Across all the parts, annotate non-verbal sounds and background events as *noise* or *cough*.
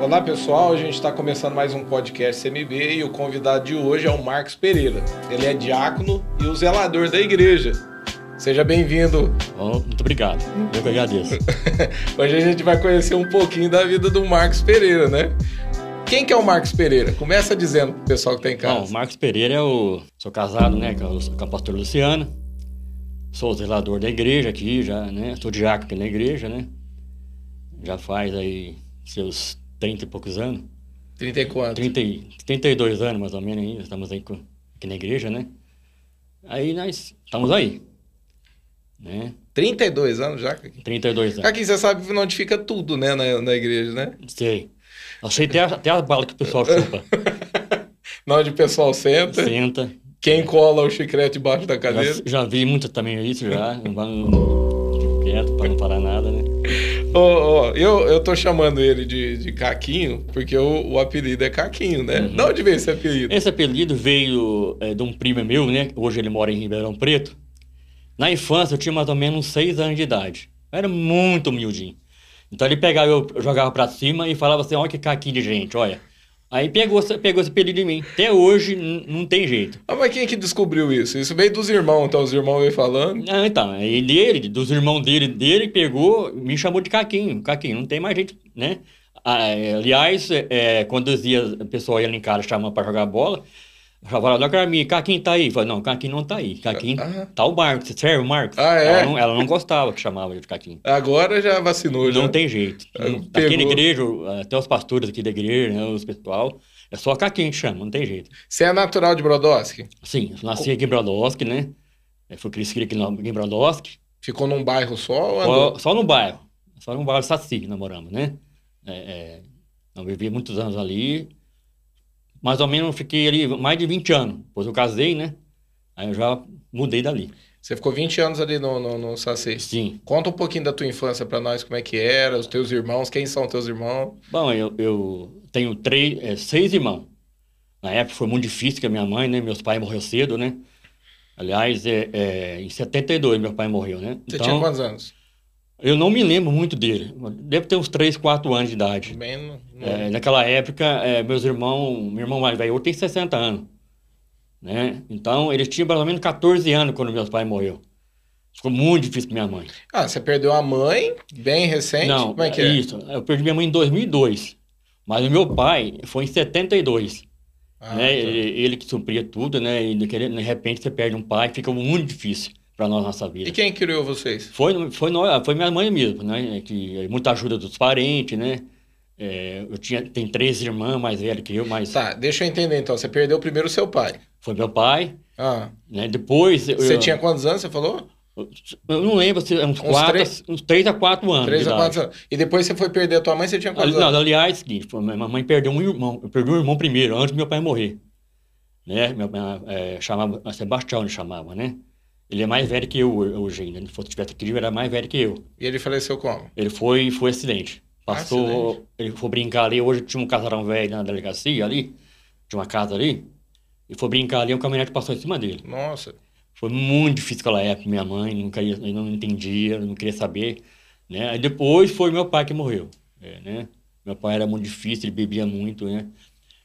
Olá pessoal, a gente está começando mais um podcast CMB e o convidado de hoje é o Marcos Pereira. Ele é diácono e o zelador da igreja. Seja bem-vindo. Oh, muito obrigado. Eu que agradeço. hoje a gente vai conhecer um pouquinho da vida do Marcos Pereira, né? Quem que é o Marcos Pereira? Começa dizendo pro pessoal que tá em casa. Bom, o Marcos Pereira é o. Sou casado, né, com a, com a pastora Luciana. Sou zelador da igreja aqui, já, né? Sou diácono aqui na igreja, né? Já faz aí seus 30 e poucos anos. 30 e quanto? 30, e- 32 anos mais ou menos ainda, estamos aí co- aqui na igreja, né? Aí nós estamos aí, né? 32 anos já, Caqui? 32 anos. Caqui, você sabe onde fica tudo, né, na, na igreja, né? Sei. Eu sei até, a- até as balas que o pessoal chupa. Na onde o pessoal senta, Senta. quem cola o chiclete debaixo da cadeira. Já, já vi muito também isso já. Não vai no- de quieto para não parar nada, né? Ô, ô, eu, eu tô chamando ele de, de Caquinho, porque o, o apelido é Caquinho, né? Uhum. De onde veio esse apelido? Esse apelido veio é, de um primo meu, né? Hoje ele mora em Ribeirão Preto. Na infância eu tinha mais ou menos 6 anos de idade. Eu era muito humildinho. Então ele pegava, eu eu jogava pra cima e falava assim, olha que caquinho de gente, olha. Aí pegou, essa- pegou esse apelido de mim. Até hoje n- não tem jeito. Ah, mas quem que descobriu isso? Isso veio dos irmãos, então os irmãos veio falando. Ah, então, aí dele, dos irmãos dele, dele pegou, me chamou de Caquinho. Caquinho, não tem mais jeito, né? Ah, é, aliás, é, é, quando dizia, o pessoal ia lá em casa chamando pra jogar bola, eu falava, olha pra mim, Caquinho tá aí. Eu falava, não, Caquinho não tá aí. Caquinho Ah. tá o Marcos, você serve o Marcos? Ah, é? ela, não, ela não gostava que chamava ele de Caquinho. Agora já vacinou, já. Não tem jeito. Ah, Não- pegou. Aqui na igreja, até os pastores aqui da igreja, né, os pessoal, é só Caquinho que chama, não tem jeito. Você é natural de Brodowski? Sim, eu nasci aqui em Brodowski, né? Eu fui crescido aqui no- em Brodowski. Ficou num bairro só? ou andou? Só, só no bairro. Só no bairro Saci que nós moramos, né? É, é, eu vivi muitos anos ali. Mais ou menos eu fiquei ali mais de 20 anos. Depois eu casei, né? Aí eu já mudei dali. Você ficou 20 anos ali no, no, no Saci. Sim. Conta um pouquinho da tua infância pra nós, como é que era, os teus irmãos, quem são teus irmãos? Bom, eu, eu tenho três, é, seis irmãos. Na época foi muito difícil com a minha mãe, né? Meus pais morreram cedo, né? Aliás, é, é, em 72 meu pai morreu, né? Você tinha quantos anos? eu não me lembro muito dele. Deve ter uns 3, 4 anos de idade. Bem, não- não- É, naquela época, é, meus irmãos, meu irmão mais velho, hoje tem 60 anos, né? Então, eles tinham mais ou menos 14 anos quando meu pai morreu. Ficou muito difícil pra minha mãe. Ah, você perdeu a mãe, bem recente? Não, como é que é? isso. Eu perdi minha mãe em 2002, mas o meu pai foi em 72, Ah, né? tá. Ele, ele que supria tudo, né? E daquele- de repente você perde um pai, fica muito difícil para nós nossa vida. E quem criou vocês? Foi, foi, nó- foi minha mãe mesmo, né? Que, muita ajuda dos parentes, né? É, eu tinha, tem três irmãs mais velhas que eu, mas Tá, deixa eu entender então. Você perdeu primeiro o seu pai. foi meu pai. Ah, né? Depois. eu- você eu, tinha quantos anos, você falou? Eu não lembro se é uns, quatro, três? uns três a quatro anos. Três de a Ah, idade. quatro anos. E depois você foi perder a tua mãe, você tinha Ali- quantos não, anos? é. aliás, seguinte, pô, minha mãe perdeu um irmão. Eu perdi um irmão primeiro, antes do meu pai morrer. Né? Meu, minha, é, chamava, Sebastião ele chamava, né? Ele é mais velho que eu hoje ainda. né? Se fosse tivesse aqui, ele era mais velho que eu. E ele faleceu como? Ele foi, foi acidente. Passou, ele foi brincar ali. Hoje tinha um casarão velho na delegacia ali, tinha uma casa ali. E foi brincar ali, um caminhonete passou em cima dele. Nossa. Foi muito difícil aquela época, minha mãe nunca ia, não entendia, não queria saber, né? Aí depois foi meu pai que morreu, é, né? Meu pai era muito difícil, ele bebia muito, né?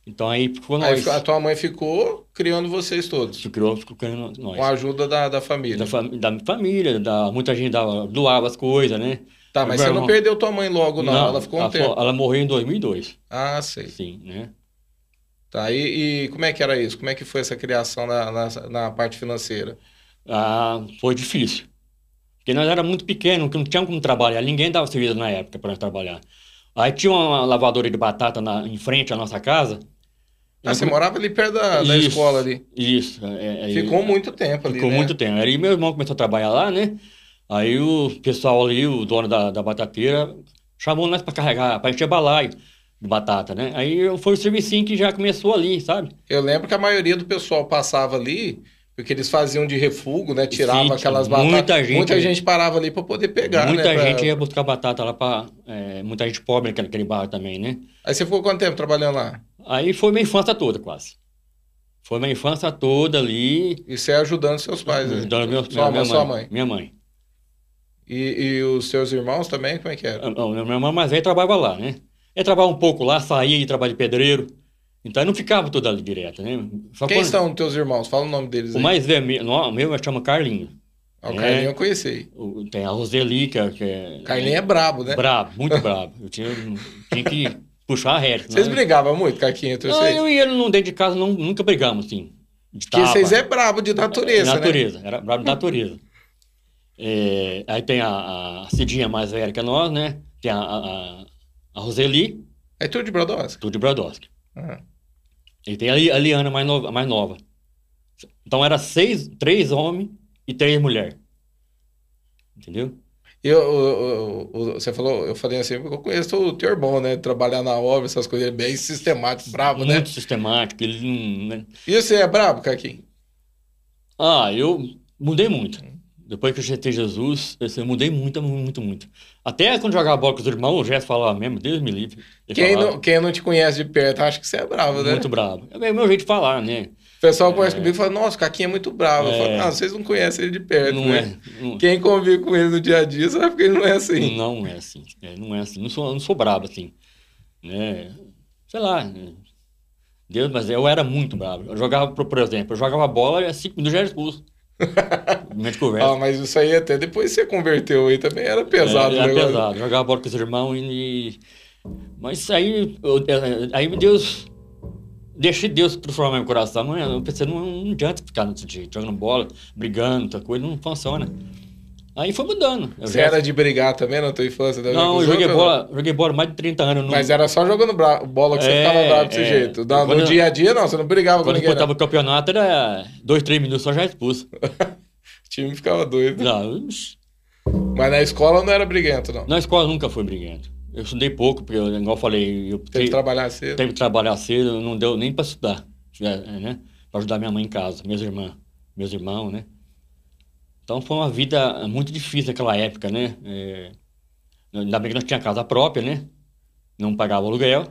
Então aí ficou Aí nós, a tua mãe ficou criando vocês todos. isso criou, ficou criando nós. Com a ajuda da, da família. Da, fam- da família, da, muita gente dava, doava as coisas, né? Tá, mas Meu você não irmão. perdeu tua mãe logo, não. ela ficou um ela, tempo. fo- ela morreu em 2002, Ah, sei. sim, né? Tá, e, e como é que era isso? Como é que foi essa criação na, na, na parte financeira? Ah, foi difícil. Porque nós era muito pequeno, que não tinha como trabalhar. Ninguém dava serviço na época para trabalhar. Aí tinha uma lavadora de batata na- em frente à nossa casa. Ah, você morava ali perto da, da Isso. escola ali. Isso. é- é- Ficou muito tempo ali, Ficou né? muito tempo. Aí meu irmão começou a trabalhar lá, né? Aí o pessoal ali, o dono da, da batateira, chamou nós para carregar, para encher balaio de batata, né? Aí eu- foi o servicinho que já começou ali, sabe? Eu lembro que a maioria do pessoal passava ali, porque eles faziam de refúgio, né? Tirava Sim, aquelas tinha batatas. muita gente- muita gente parava ali para poder pegar, muita né? pra- gente ia buscar batata lá para... muita gente pobre naquele naquele bairro também, né? Aí você ficou quanto tempo trabalhando lá? Aí foi minha infância toda, quase. Foi minha infância toda ali. E você é ajudando seus pais. né? ajudando meu, Sua minha mãe, sua mãe. Minha mãe. E, e os seus irmãos também, como é que era? Ah, não, Minha irmã mais velha trabalhava lá, né? Eu trabalhava um pouco lá, saía e trabalhava de pedreiro. Então eu não ficava todo ali direto, né? Só Quem quando- são teus irmãos? Fala o nome deles O aí. mais velho, meu- não, o meu chama Carlinho. Ah, o É. Carlinho eu conheci aí. O- Tem a Roseli, que é. Que é Carlinho é brabo, né? Brabo, *laughs* muito brabo. Eu tinha, tinha que puxar a reta. Vocês né? brigavam muito, Caquinha, entre Não, vocês? eu e ele não, dentro de casa não- nunca brigamos, assim. De Porque tapa. vocês é brabo de natureza, né? natureza, era brabo de natureza. É, aí tem a, a Cidinha mais velha que nós, né? Tem a, a, a Roseli, É tudo de Brodowski. tudo de Brodowski. Ah. E tem a Li- a Liana mais nova. Mais nova. Então era seis, três homens e três mulheres. Entendeu? Eu, eu- eu- eu- você falou, eu falei assim, eu conheço o teu irmão, né? Trabalhar na obra, essas coisas, ele é bem sistemático, brabo, né? Muito sistemático. Ele não, né? E você é brabo, Caquinho? Ah, eu mudei muito. Uhum. Depois que eu aceitei Jesus, eu sei, eu mudei muito, muito, muito. Até quando jogava bola com os irmãos, o Gerson falava mesmo, Deus me livre. Ele Quem falava, não, quem não te conhece de perto, acha que você é brabo, né? Muito bravo. É o meu jeito de falar, né? O pessoal conhece comigo e fala, nossa, o Caquinho é muito bravo. Eu falo, ah, vocês não conhecem ele de perto, Não né? é, não, Quem convive com ele no dia a dia sabe que ele não é assim. não é assim. é, não é assim. Não sou, não sou brabo assim. Né? Sei lá. né? Deus, mas eu era muito bravo. Eu jogava, por, por exemplo, eu jogava bola e cinco minutos eu já *laughs* era expulso. Momento de conversa. Ah, mas isso aí até depois você converteu aí também, era pesado né, Era, o era negócio. É, pesado. Jogava bola com os irmãos e. Mas aí, eu- eh, aí Deus. Deixei Deus transformar meu coração. Mas eu pensei, não, não adianta ficar nesse jeito, jogando bola, brigando, outra coisa, não funciona. Aí foi mudando. Eu Você já- era de brigar também na tua infância? também com Não, os eu joguei outros, bola, joguei bola mais de 30 anos. não? Não, Mas era só jogando bra- bola que você É, ficava bravo desse é. jeito. Na- no Quando eu- dia a dia, não, você não brigava com quando ninguém. eu Não. tava no campeonato, era dois, três minutos só *laughs* já expulso. O time ficava doido. Não, eu- Mas na escola não era briguento, não. na escola nunca fui brigando. Eu estudei pouco, porque, eu- igual eu falei, eu Teve que te- trabalhar cedo. teve que trabalhar cedo, não deu nem para estudar, né? né? Para ajudar minha mãe em casa, minhas irmãs, meus irmãos, né? Então foi uma vida muito difícil naquela época, né? É, ainda bem que nós tinha casa própria, né? Não pagava aluguel,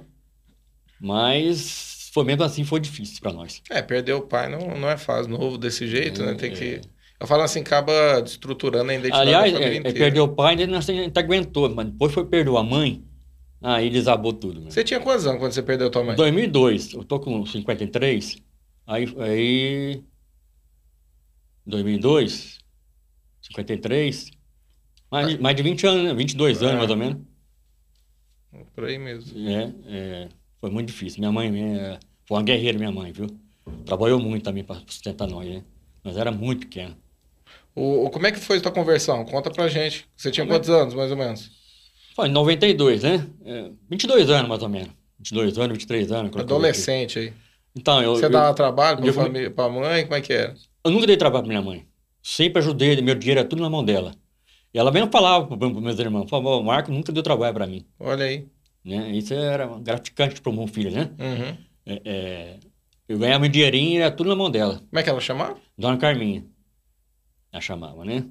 mas foi mesmo assim foi difícil para nós. É, perder o pai não, não é fácil. Novo desse jeito, né? Tem É. que. Eu falo assim, acaba destruturando a identidade Aliás, da é, família é, inteira. perdeu o pai, né, nós a gente aguentou, mas depois foi perder a mãe, aí desabou tudo. Mesmo. Você tinha quantos anos quando você perdeu tua mãe? 2002, eu tô com 53, aí, aí 2002, 53, mais, de- mais de 20 anos, né? 22 É. anos mais ou menos. Por aí mesmo. É, é, foi muito difícil. Minha mãe minha, foi uma guerreira, minha mãe, viu? Trabalhou muito também para sustentar nós, né? Nós era muito pequeno. O, o- como é que foi a tua conversão? Conta pra gente. Você tinha quantos anos, mais ou menos? Foi em 92, né? É, 22 anos mais ou menos. 22 anos, 23 anos. quando eu comecei. Adolescente aí. Então, eu, Você é eu, dava trabalho pra, eu come- família, pra mãe? Como é que era? Eu nunca dei trabalho pra minha mãe. Sempre ajudei, meu dinheiro era tudo na mão dela. E ela mesmo falava para meus irmãos, falava, "Ó, o Marco nunca deu trabalho pra mim. Olha aí. Né? Isso era gratificante para o meu filho, né? Uhum. É, é, eu ganhava meu dinheirinho e era tudo na mão dela. Como é que ela chamava? Dona Carminha. Ela chamava, né?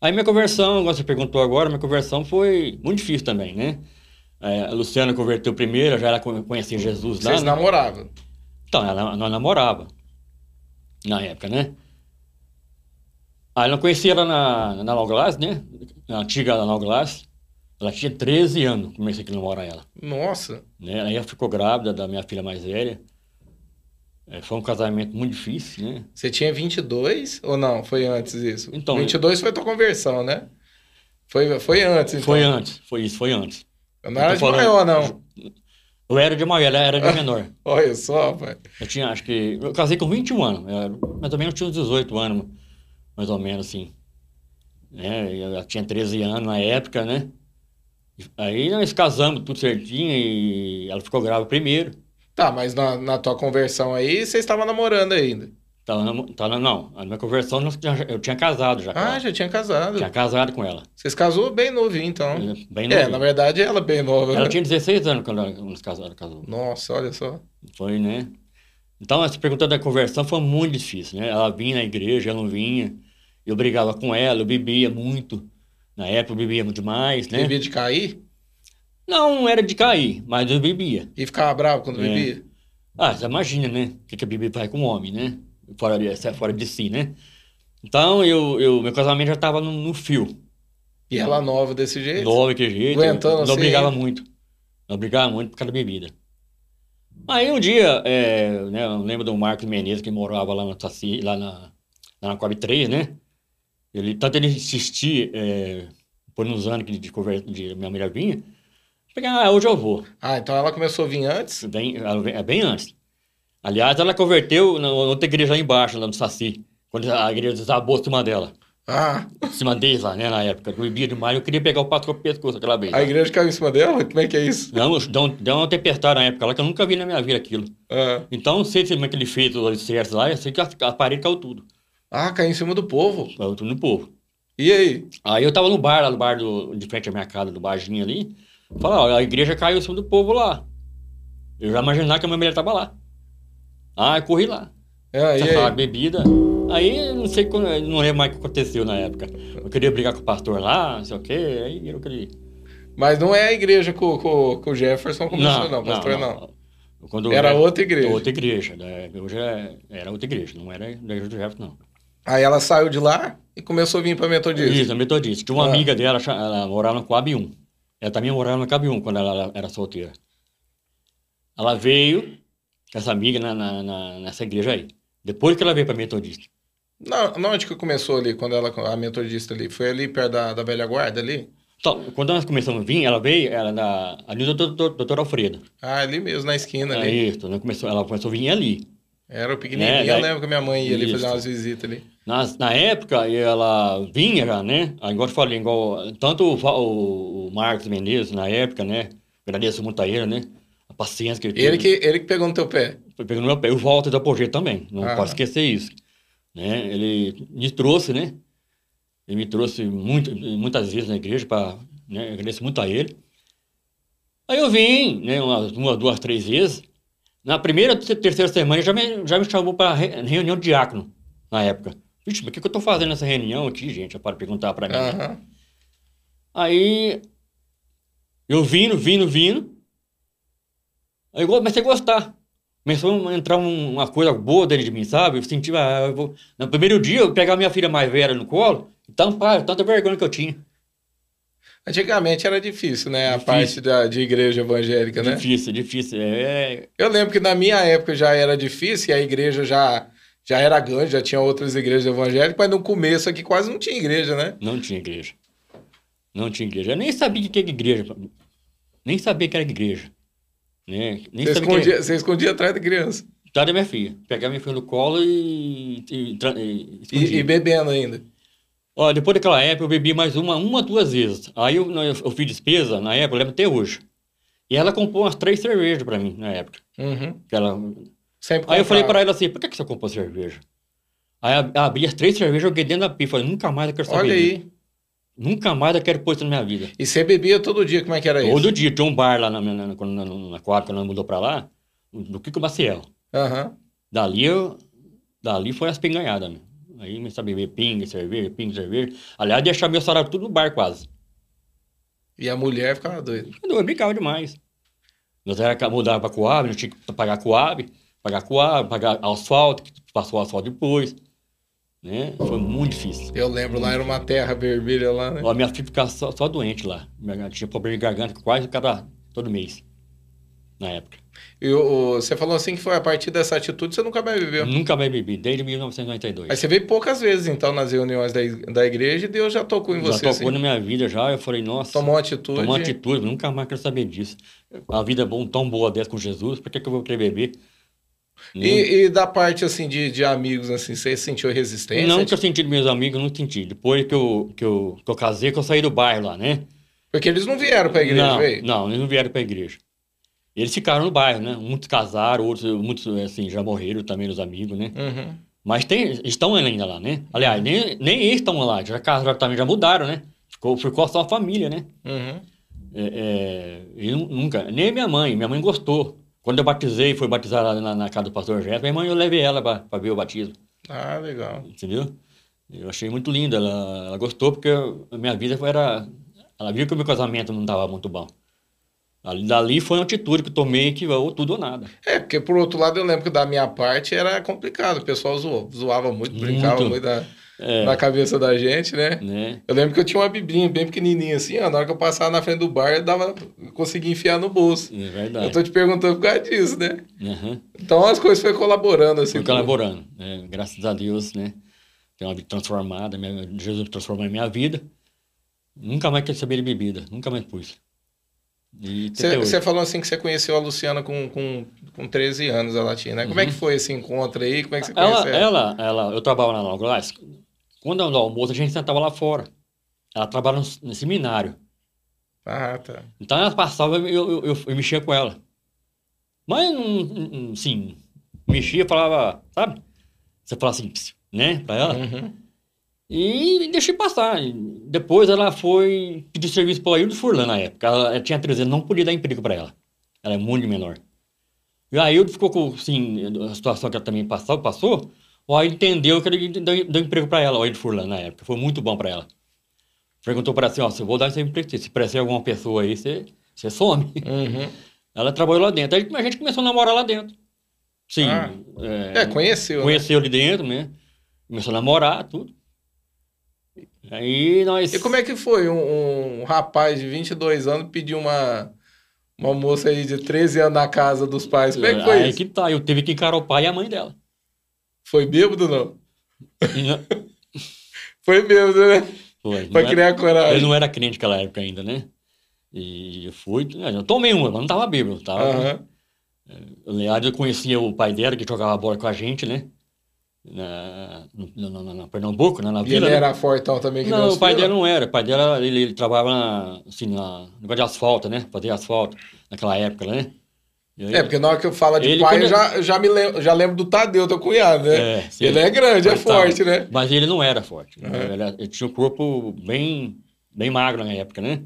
Aí minha conversão, igual você perguntou agora, minha conversão foi muito difícil também, né? É, a Luciana converteu primeiro, eu já ela con- conhecia Jesus lá. Vocês né? namoravam. Então, ela, nós namorava na época, né? Aí eu conheci ela na, na Lauglass, né? Na antiga Lauglass. Ela tinha 13 anos, comecei a namorar ela. Nossa. Né? Aí ela ficou grávida da minha filha mais velha. É, foi um casamento muito difícil, né? Você tinha 22 ou não? Foi antes isso? Então, 22 foi tua conversão, né? Foi, foi antes, então. Foi antes, foi isso, foi antes. Eu não era Eu de tô falando- maior, não. Eu era de maior, ela *laughs* era de menor. Olha só, pai. Eu tinha, acho que. Eu casei com 21 anos, eu era, mas também eu tinha uns 18 anos, mais ou menos assim. Né? Eu já tinha 13 anos na época, né? Aí nós casamos tudo certinho e ela ficou grávida primeiro. Tá, mas na, na tua conversão aí, você estava namorando ainda. Tava namo- tava- tá não, a minha conversão nós tinha- eu tinha casado já. com Ah, ela. já tinha casado. Tinha casado com ela. Vocês casou bem novinho, então. Bem É, novinha. na verdade ela é bem nova. Ela né? tinha 16 anos quando ela, quando nós casou- ela casou. Nossa, olha só. Foi, né? Então, essa pergunta da conversão foi muito difícil, né? Ela vinha na igreja, ela não vinha. Eu brigava com ela, eu bebia muito. Na época eu bebia demais, né? Bebia de cair Não, não era de cair, mas eu bebia. e ficava bravo quando É. bebia. Ah, você imagina, né? O que, que a bebida faz com o homem, né? Fora de, sai fora de si, né? Então, eu, eu, meu casamento já estava no, no fio. E ela nova desse jeito. Nova, que jeito. Aguentando não assim. brigava muito. Nós brigávamos muito por causa da bebida. Aí um dia, é, né, eu lembro do Marcos Menezes, que morava lá na, Taci- lá na, lá na Coab 3, né? Ele, tanto ele insistir, é, por uns anos que de, conversa, de minha mulher vinha, pegar, ah, hoje eu vou. Ah, então ela começou a vir antes? Bem, ela vem- é bem antes. Aliás, ela converteu na outra igreja lá embaixo, lá no Saci, quando a igreja desabou em cima dela. Ah, Em cima deles lá, né, na época. Eu bebia demais, eu queria pegar o patrão pescoço aquela vez. a igreja caiu em cima dela? Como é que é isso? Não, deu, deu uma tempestade na época lá que eu nunca vi na minha vida aquilo. Ah, Então, não sei se como é que ele fez os alicerces lá, eu sei que a, a parede caiu tudo. ah caiu em cima do povo. Caiu tudo no povo. E aí? Aí eu tava no bar, lá no bar do, de frente à minha casa, do barzinho ali. Falar, ó, a igreja caiu em cima do povo lá. Eu já imaginava que a minha mulher tava lá. Ah, eu corri lá. Ah, e Você fala aí? bebida. Aí não sei quando, não lembro mais o que aconteceu na época. Eu queria brigar com o pastor lá, não sei o quê, aí eu queria. Mas não é a igreja que o- que o que o Jefferson começou, não, pastor, não. Quando Era eu- outra igreja. Outra igreja. né? Hoje é- era outra igreja, não era da igreja do Jefferson, não. Aí ela saiu de lá e começou a vir pra metodista. Isso, a metodista. Tinha uma Ah. amiga dela, cha- ela morava no Coab 1. Ela também morava no Coab 1 quando ela era- era solteira. Ela veio com essa amiga na, na- na- nessa igreja aí. Depois que ela veio pra metodista. Não, não, onde que começou ali, quando ela, a metodista ali? Foi ali perto da, da velha guarda ali? Então, quando nós começamos a vir, ela veio, ela da, ali do doutor, doutor Alfredo. Ah, ali mesmo, na esquina É ali. isso, né? começou, ela começou a vir ali. Era o pequenininho, É, eu daí- lembro que minha mãe ia ali fazer Isso. umas visitas ali. Nas- na época, ela vinha já, né? Ah, Igual eu te falei, igual, tanto o, Va- o- o Marcos Menezes, na época, né? Agradeço muito a ele, né? A paciência que ele teve. Ele que, ele que pegou no teu pé. Foi pegando meu pé. O Walter da Apogeu também, não Aham. posso esquecer isso. Né? Ele me trouxe, né? Ele me trouxe muito, muitas vezes na igreja, pra, né? eu agradeço muito a ele. Aí eu vim, né? umas duas, duas três vezes. Na primeira, te- terceira semana, ele já me, já me chamou para reunião de diácono, na época. Vixe, mas o que, que eu tô fazendo nessa reunião aqui, gente? Para perguntar para mim. né? Aham. Aí eu vindo, vindo, vindo. Aí eu comecei a gostar. Começou a entrar um- uma coisa boa dentro de mim, sabe? Eu senti, ah, eu vou... No primeiro dia eu pegava minha filha mais velha no colo e tampava tanta vergonha que eu tinha. Antigamente era difícil, né? A Difícil. parte da, de igreja evangélica, né? Difícil, difícil. É, Eu lembro que na minha época já era difícil e a igreja já, já era grande, já tinha outras igrejas evangélicas, mas no começo aqui quase não tinha igreja, né? não tinha igreja. Não tinha igreja. Eu nem sabia o que era igreja. Nem sabia que era igreja. Né? Nem Você sabia que escondia, você escondia atrás da criança. era... da minha filha. Pegava minha filha no colo e... e, tra- e E, escondia. e bebendo ainda. Ó, depois daquela época eu bebi mais uma, uma, duas vezes. Aí eu, eu, eu fiz despesa, na época, eu lembro até hoje. E ela comprou umas três cervejas pra mim, na época. Uhum. Que ela- Sempre Aí eu falei comprava. pra ela assim, por que, que você comprou cerveja? Aí ab- abri as três cervejas, joguei dentro da pia, falei, nunca mais eu quero saber Olha disso. aí. Nunca mais eu quero pôr isso na minha vida. E você bebia todo dia, como é que era isso? Todo dia, tinha um bar lá na, na, na, quando- na, na quadra, quando ela mudou pra lá, do Kiko Maciel. Aham. Dali eu. Dali foi as pinganhadas, meu. Aí comecei a beber pinga, cerveja, pinga, cerveja. Aliás, deixar meu salário tudo no bar quase. E a mulher ficava doida. Eu brincava demais. Nós era que mudava para Coab, nós tinha que pagar Coab, pagar Coab, pagar asfalto, que passou o asfalto depois. Né? Foi muito difícil. Eu lembro lá, era uma terra vermelha lá, né? A minha filha ficava só, só doente lá. Minha- Tinha problema de garganta quase cada, todo mês, na época. E o- o- você falou assim que foi a partir dessa atitude você nunca mais bebeu. Nunca mais bebi, desde Aí 1992. você veio poucas vezes, então, nas reuniões da, ig- da igreja e Deus já tocou em Já você, tocou assim. na minha vida já, eu falei, nossa, Tomou uma atitude. tomou uma atitude, nunca mais quero saber disso. A vida é bom, tão boa dessa com Jesus, por que, que eu vou querer beber? E, e da parte, assim, de, de amigos, assim, você sentiu resistência? Tipo, Não que eu senti dos meus amigos, não senti. Depois que eu, que eu, que eu casei, que eu saí do bairro lá, né? Porque eles não vieram pra igreja, não, veio? não, eles não vieram pra igreja. Eles ficaram no bairro, né? Muitos casaram, outros, muitos, assim, já morreram também, os amigos, né? Uhum. Mas tem, estão ainda lá, né? Aliás, nem, nem eles estão lá, já casaram também, já mudaram, né? Ficou, ficou só a família, né? Uhum. É, é, eu nu- nunca, nem minha mãe, minha mãe gostou. Quando eu batizei, foi batizar lá na, na casa do pastor Gerson, minha mãe eu levei ela pra, pra ver o batismo. Ah, legal. entendeu? Eu achei muito linda, ela, ela gostou porque eu- a minha vida foi- era. Ela viu que o meu casamento não estava muito bom. Ali, dali foi uma atitude que eu tomei que ou tudo ou nada. É, porque por outro lado eu lembro que da minha parte era complicado. O pessoal zoou- zoava muito, brincava muito. Muito. É. da- na cabeça da gente, né? né? Eu lembro que eu tinha uma biblinha bem pequenininha assim, ó, na hora que eu passava na frente do bar, eu dava, eu conseguia enfiar no bolso. É Eu verdade. tô te perguntando por causa disso, né? Aham. Então as coisas foram colaborando assim. Fui colaborando, né? Graças a Deus, né? Tem uma vida transformada, minha- Jesus transformou a minha vida. Nunca mais quis saber de bebida, nunca mais pus. E até hoje. Você falou assim que você conheceu a Luciana com, com, com 13 anos, a Latina. né? Como é que foi esse encontro aí? Como é que você conheceu Uhum. Ela, ela, ela, eu trabalhava na Loglass. Quando eu no almoço, a gente sentava lá fora. Ela trabalhava no, no seminário. Ah, *laughs* tá. Então ela passava, eu, eu, eu, eu mexia com ela. Mas, não- não- sim, mexia, falava, sabe? Você fala assim, "Ps", né, pra ela. Uhum. E deixei passar. E Depois ela foi pedir serviço para o Ailton Furlan na época. Ela, ela tinha 13 anos, não podia dar emprego para ela. Ela é muito menor. E o Ailton ficou com, assim, a situação que ela também passou, passou. O Ailton entendeu que ele deu, deu emprego para ela, o Ailton Furlan na época. Foi muito bom para ela. Perguntou para ela assim, ó, se eu vou dar esse emprego, pra você, se parecer alguma pessoa aí, você, você some. *laughs* Uhum. Ela trabalhou lá dentro. Aí a gente começou a namorar lá dentro. Sim. Ah. é, É, conheceu. né? Conheceu ali dentro, né? Começou a namorar, tudo. Aí nós. E como é que foi um, um rapaz de 22 anos pedir uma, uma moça aí de 13 anos na casa dos pais? Como é que foi Aí isso? que tá, eu tive que encarar o pai e a mãe dela. Foi bêbado não? E *laughs* não- Foi bêbado, né? Foi, não é Pra era- criar eu coragem. não era crente naquela época ainda, né? E eu fui. Eu tomei uma, mas não tava bêbado. Tava, Aham. Aliás, eu conhecia o pai dela que jogava bola com a gente, né? Na, no- no- no- na Pernambuco, né? na E vila. ele né? era fortão também que Não, nem os o pai filhos? dela não era. O pai dela, ele, ele trabalhava na, assim, na, no negócio de asfalto, né? Fazia asfalto naquela época, né? E aí- É, porque na hora que eu falo de Ele pai, quando- eu já, eu já, me lembro, já lembro do Tadeu, teu cunhado, né? É, sim. ele é grande, é Mas tava. forte, né? Mas ele não era forte. né? Uhum. Ele, era- ele tinha um corpo bem, bem magro na época, né?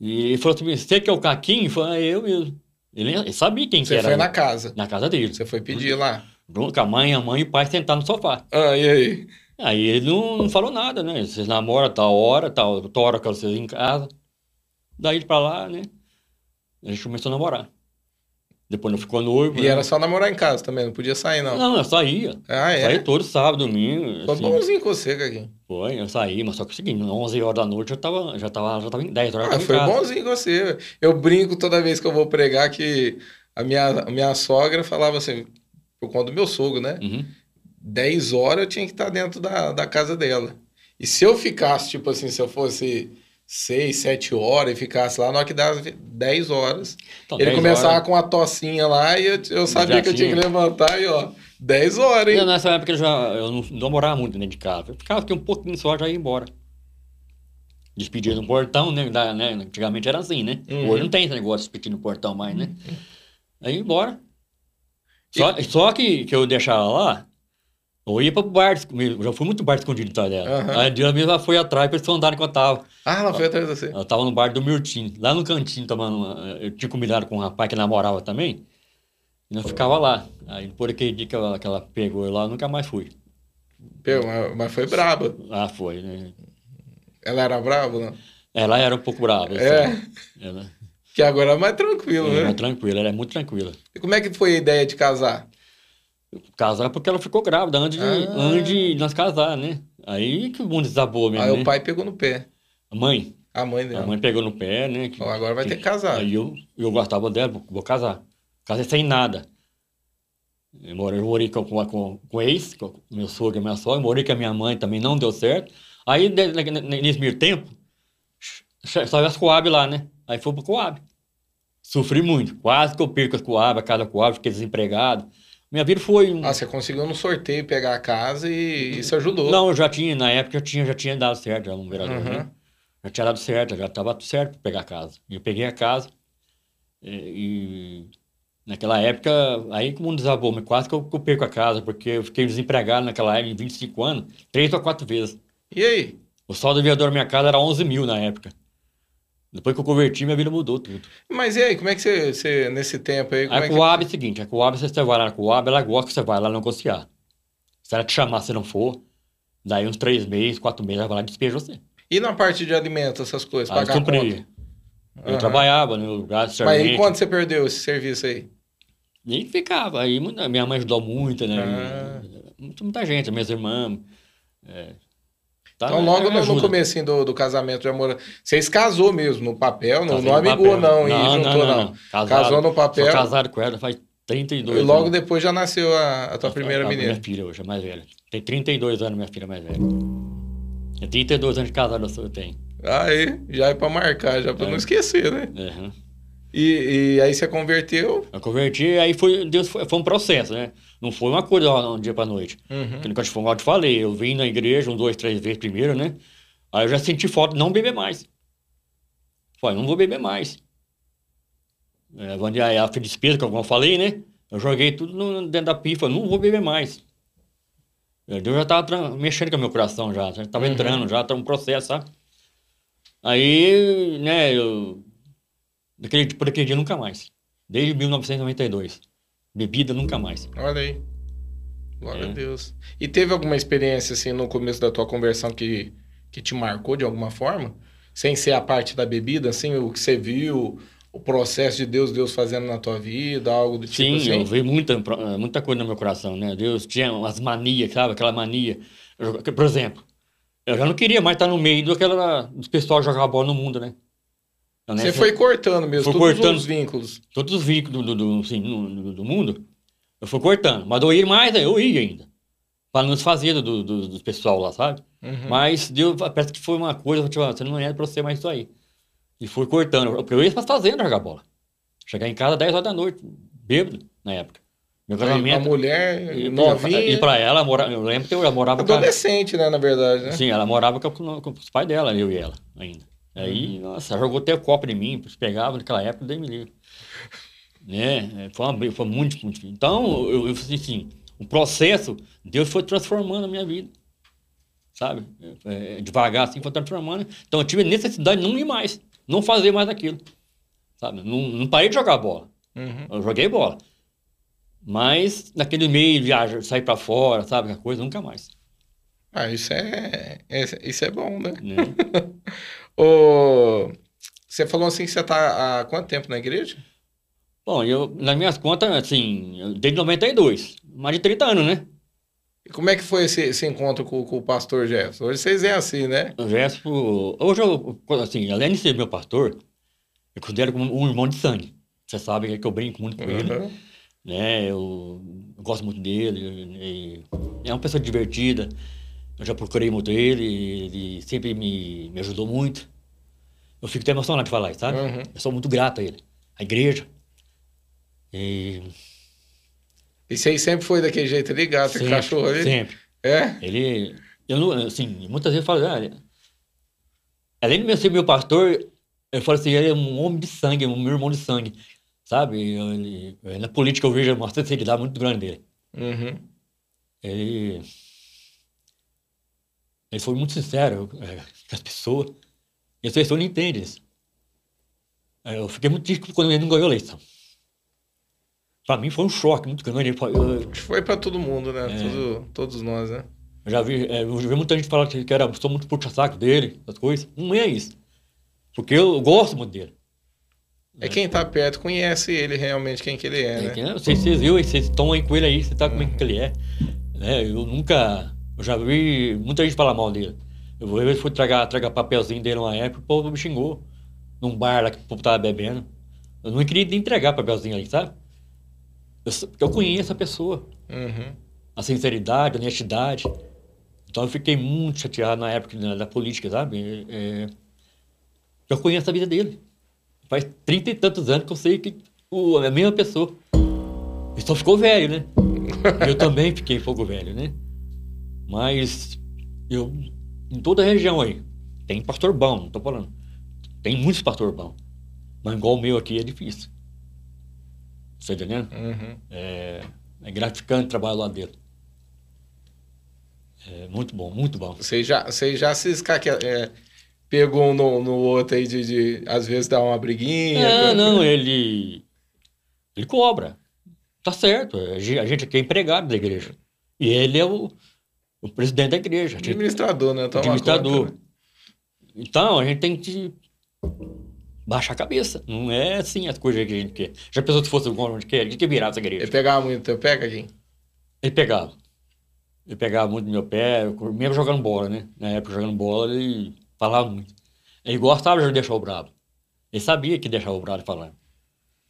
E ele falou assim, você que é o Caquinho? Eu falei, "Ah, eu mesmo. Ele, ele sabia quem que Você era. foi na né? casa. Na casa dele. Você foi pedir lá. Com a mãe, a mãe e o pai sentaram no sofá. Ah, e aí? Aí ele não, não falou nada, né? Vocês namoram tal hora, tal, tal hora que vocês em casa. Daí pra lá, né? A gente começou a namorar. Depois não ficou noivo. E né? era só namorar em casa também, não podia sair, não. Não, eu saía. Ah, é? Saía todo sábado, domingo. Foi assim. bonzinho com você, Caguinho. Foi, eu saí, mas só que é o seguinte, 11 horas da noite eu tava, já tava, já tava em 10 horas. eu Ah, tava em foi casa. bonzinho com você. Eu brinco toda vez que eu vou pregar que a minha, a minha sogra falava assim, por conta do meu sogro, né? Uhum. 10 horas eu tinha que estar dentro da, da casa dela. E se eu ficasse, tipo assim, se eu fosse 6, 7 horas e ficasse lá, na hora que dava 10 horas, Então, ele 10 começava horas- com a tocinha lá e eu, eu sabia que eu tinha que tinha. levantar e ó, 10 horas, hein? Não, Nessa época eu já eu não não namorava muito dentro de casa. Eu ficava aqui um pouquinho só, já ia embora. Despedia no portão, né? da- né, Antigamente era assim, né? Uhum. Hoje não tem esse negócio de despedir no portão mais, né? Aí ia embora. Só, só que, que eu deixava lá, eu ia pra bar, escondido, eu já fui muito bar escondido atrás dela. Aham. Aí a Dila mesmo foi atrás pra eles andarem que eu tava. Ah, ela foi atrás de você. Eu tava no bar do Mirtim, lá no cantinho, tomando uma- Eu tinha combinado com um rapaz que namorava também. E não ficava lá. Aí por aquele dia que ela, que ela pegou eu lá, eu nunca mais fui. Pô, mas, mas foi braba. Lá foi, né? Ela era brava, não? Ela era um pouco brava. É. assim. Ela Que agora é mais tranquilo, era né? tranquila, ela é muito tranquila. E como é que foi a ideia de casar? Casar porque ela ficou grávida antes de, Ah. antes de nós casar, né? Aí que o mundo desabou mesmo. Aí né? o pai É. pegou no pé. A mãe. A mãe A dela. mãe pegou no pé, né? Que- Falou, agora vai ter que casar. Aí eu, eu gostava dela, vou, vou casar. Casei sem nada. Eu morei, eu morei com, com, com, com o ex, com com meu sogro e minha sogra, morei com a minha mãe também, não deu certo. Aí, de- ne- ne- nesse meio tempo, che- saiu as Coab lá, né? Aí fui pro Coab. Sofri muito, quase que eu perco as Coab, a casa Coab, fiquei desempregado. Minha vida foi... um- Ah, você conseguiu no sorteio pegar a casa e isso ajudou. Não, eu já tinha, na época, eu tinha, já tinha dado certo, já um vereador, Uhum. né? Já tinha dado certo, já estava tudo certo para pegar a casa. E eu peguei a casa é, e, e naquela época, aí que o mundo desabou, mas quase que eu, que eu perco a casa, porque eu fiquei desempregado naquela época, em 25 anos, três ou quatro vezes. E aí? O saldo do vereador da minha casa era 11 mil na época. Depois que eu converti, minha vida mudou tudo. Mas e aí, como é que você, você nesse tempo aí, como A é que... Coab é o seguinte, a Coab, se você vai lá na Coab, ela gosta que você vai lá negociar. Se ela te chamar, se não for, daí uns três meses, quatro meses, ela vai lá e despeja você. E na parte de alimento, essas coisas, Aí pagar a conta? supri. Ah, Eu Aham. trabalhava no lugar de Mas aí servente. quanto você perdeu esse serviço aí? Nem ficava. Aí muita- minha mãe ajudou muito, né? Ah. Muita, muita gente, minhas irmãs. É. Tá, Então, né? logo no, no Ajuda. comecinho do, do casamento já morando. Vocês casou mesmo no papel, não, Casei não no amigou papel. não, e juntou não. Casado, Casou no Sou papel casado com ela faz 32 e logo anos. depois já nasceu a, a tua primeira né? A menina. Minha filha hoje, a mais velha. Tem 32 anos, minha filha mais velha. É Tem 32 anos de casado eu sou- eu tenho. Aí, já é pra marcar, já pra É. não esquecer, né? Uhum. E, e aí você converteu. Eu converti, aí foi, Deus, foi, foi um processo, né? Não foi uma coisa ó, um dia pra noite. Uhum. Porque, como eu te falei, eu vim na igreja um, dois, três vezes primeiro, né? Aí eu já senti falta de não beber mais. Falei, não vou beber mais. É, quando a, a despesa, como eu falei, né? Eu joguei tudo no- dentro da pifa, não vou beber mais. É, Deus já estava mexendo com o meu coração já, já tava Uhum. entrando, já estava um processo, sabe? Aí, né, eu... Daquele, por aquele dia, nunca mais. Desde 1992. Bebida, nunca mais. Olha aí. Glória É. a Deus. E teve alguma experiência, assim, no começo da tua conversão que, que te marcou de alguma forma? Sem ser a parte da bebida, assim, o que você viu, o processo de Deus, Deus fazendo na tua vida, algo do Sim, tipo assim? eu né, vi muita, pro- muita coisa no meu coração, né? Deus tinha umas manias, sabe? Aquela mania. Eu- Por exemplo, eu já não queria mais estar no meio daquela, dos pessoal jogar bola no mundo, né? Eu, né, Você foi cortando mesmo, Fui todos cortando. os vínculos. Todos os vínculos do, do, do, assim, no- do- do mundo, eu fui cortando. Mas eu ia mais, né? eu ia ainda. Para não desfazer do, do, do, do pessoal lá, sabe? Uhum. Mas Deus, parece que foi uma coisa, tipo, você não era pra você mais isso aí. E foi cortando. Porque eu ia pra fazenda jogar bola. Chegar em casa 10 horas da noite, bêbado, na época. Meu A, a casamento mulher E- novinha, E pra ela, mora- eu lembro que eu já morava com a, adolescente, né, na verdade, né? Sim, ela morava com, com os pais dela, eu e ela, ainda. Aí, nossa, jogou até copo em mim, pegava naquela época, dei me livre. Né? é, Foi, uma, briga, foi muito, muito. Então, eu, eu falei assim, o processo, Deus foi transformando a minha vida. Sabe? É, é, devagar assim, foi transformando. Então, eu tive necessidade de não ir mais, não fazer mais aquilo. Sabe? Não, não parei de jogar bola. Uhum. Eu joguei bola. Mas naquele meio, viaja, sair pra fora, sabe? aquela Coisa, nunca mais. Ah, isso é, é- isso é bom, né? né? Ô, você falou assim que você tá há quanto tempo na igreja? Bom, eu, nas minhas contas, assim, eu- desde 92, mais de 30 anos, né? E como é que foi esse, esse encontro com, com o pastor Jefferson? Hoje vocês é assim, né? O Vespo, hoje eu, assim, além de ser meu pastor, eu considero como um irmão de sangue. Você sabe que eu brinco muito com ele, Uhum. né? Eu, eu gosto muito dele, e- e é uma pessoa divertida. Eu já procurei muito ele, ele sempre me, me ajudou muito. Eu fico até emocionado de falar isso, sabe? Uhum. Eu sou muito grato a ele, à igreja. E E vocês sempre foi daquele jeito ali, gato e cachorro ali? sempre. É? Ele, eu não, assim, muitas vezes eu falo, ah, ele- além de meu ser meu pastor, eu falo assim, ele é um homem de sangue, um meu irmão de sangue, sabe? Eu- ele- na política eu vejo uma sinceridade muito grande dele. Uhum. Ele, ele foi muito sincero é, com as pessoas, e as pessoas não entendem isso. É, Eu fiquei muito triste quando ele não ganhou a eleição. Para mim foi um choque muito grande. Eu- eu- Acho que Foi pra todo mundo, né? Tudo- todos nós, né? Eu já vi, é, eu já vi muita gente falar que que era sou muito puxa-saco dele, essas coisas. Não é isso. Porque eu gosto muito dele. É. quem tá perto conhece ele realmente, quem que ele é, É, né? Uhum. que, né, Vocês vocês viram, aí, vocês estão aí com ele aí, você tá como é que ele é. Né, eu nunca. Eu já vi muita gente falar mal dele. Eu vou- eu fui tragar, tragar papelzinho dele uma época, o povo me xingou. Num bar lá que o povo tava bebendo. Eu não queria nem entregar papelzinho ali, sabe? Eu, sou- porque eu conheço a pessoa. Uhum. a sinceridade, a honestidade. Então eu fiquei muito chateado na época né, da, da política, sabe? É, é, eu conheço a vida dele. Faz trinta e tantos anos que eu sei que o, é a mesma pessoa. Ele só ficou velho, né? eu também fiquei um pouco velho, né? Mas eu, em toda a região aí, tem pastor bom, não tô falando. Tem muitos pastor bom. Mas igual o meu aqui é difícil. Você tá entendendo? Uhum. É, é gratificante o trabalho lá dentro. É muito bom, muito bom. Vocês já, vocês já se escaque... é, pegou um no, no outro aí de, de, às vezes, dar uma briguinha. Ah, né? não, ele. Ele cobra. Tá certo. A gen- a gente aqui é empregado da igreja. E ele é o, o presidente da igreja. A gente- é Administrador, né? Toma administrador. conta, né? Então, a gente tem que baixar a cabeça. Não é assim as coisas que a gente quer. Já um pensou se fosse o onde quer? A gente quer virar essa igreja. Ele pegava muito, eu pego aqui. Ele pegava. Ele pegava muito no meu pé, mesmo jogando bola, né? Na época, jogando bola, ele falava muito. Ele gostava de deixar o brabo. Ele sabia que deixava o brabo falando.